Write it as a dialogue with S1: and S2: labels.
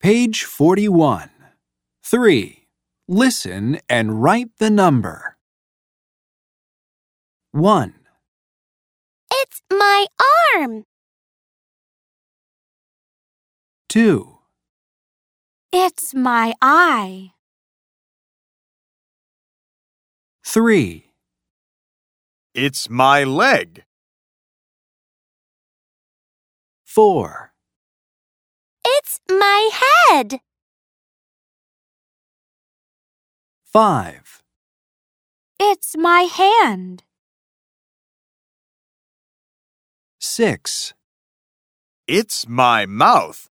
S1: Page 41. 3. Listen and write the number. 1,
S2: It's my arm.
S1: 2,
S2: It's my eye.
S1: 3,
S3: It's my leg.
S1: 4,
S2: It's my head.
S1: 5,
S2: It's my hand.
S1: 6,
S3: It's my mouth.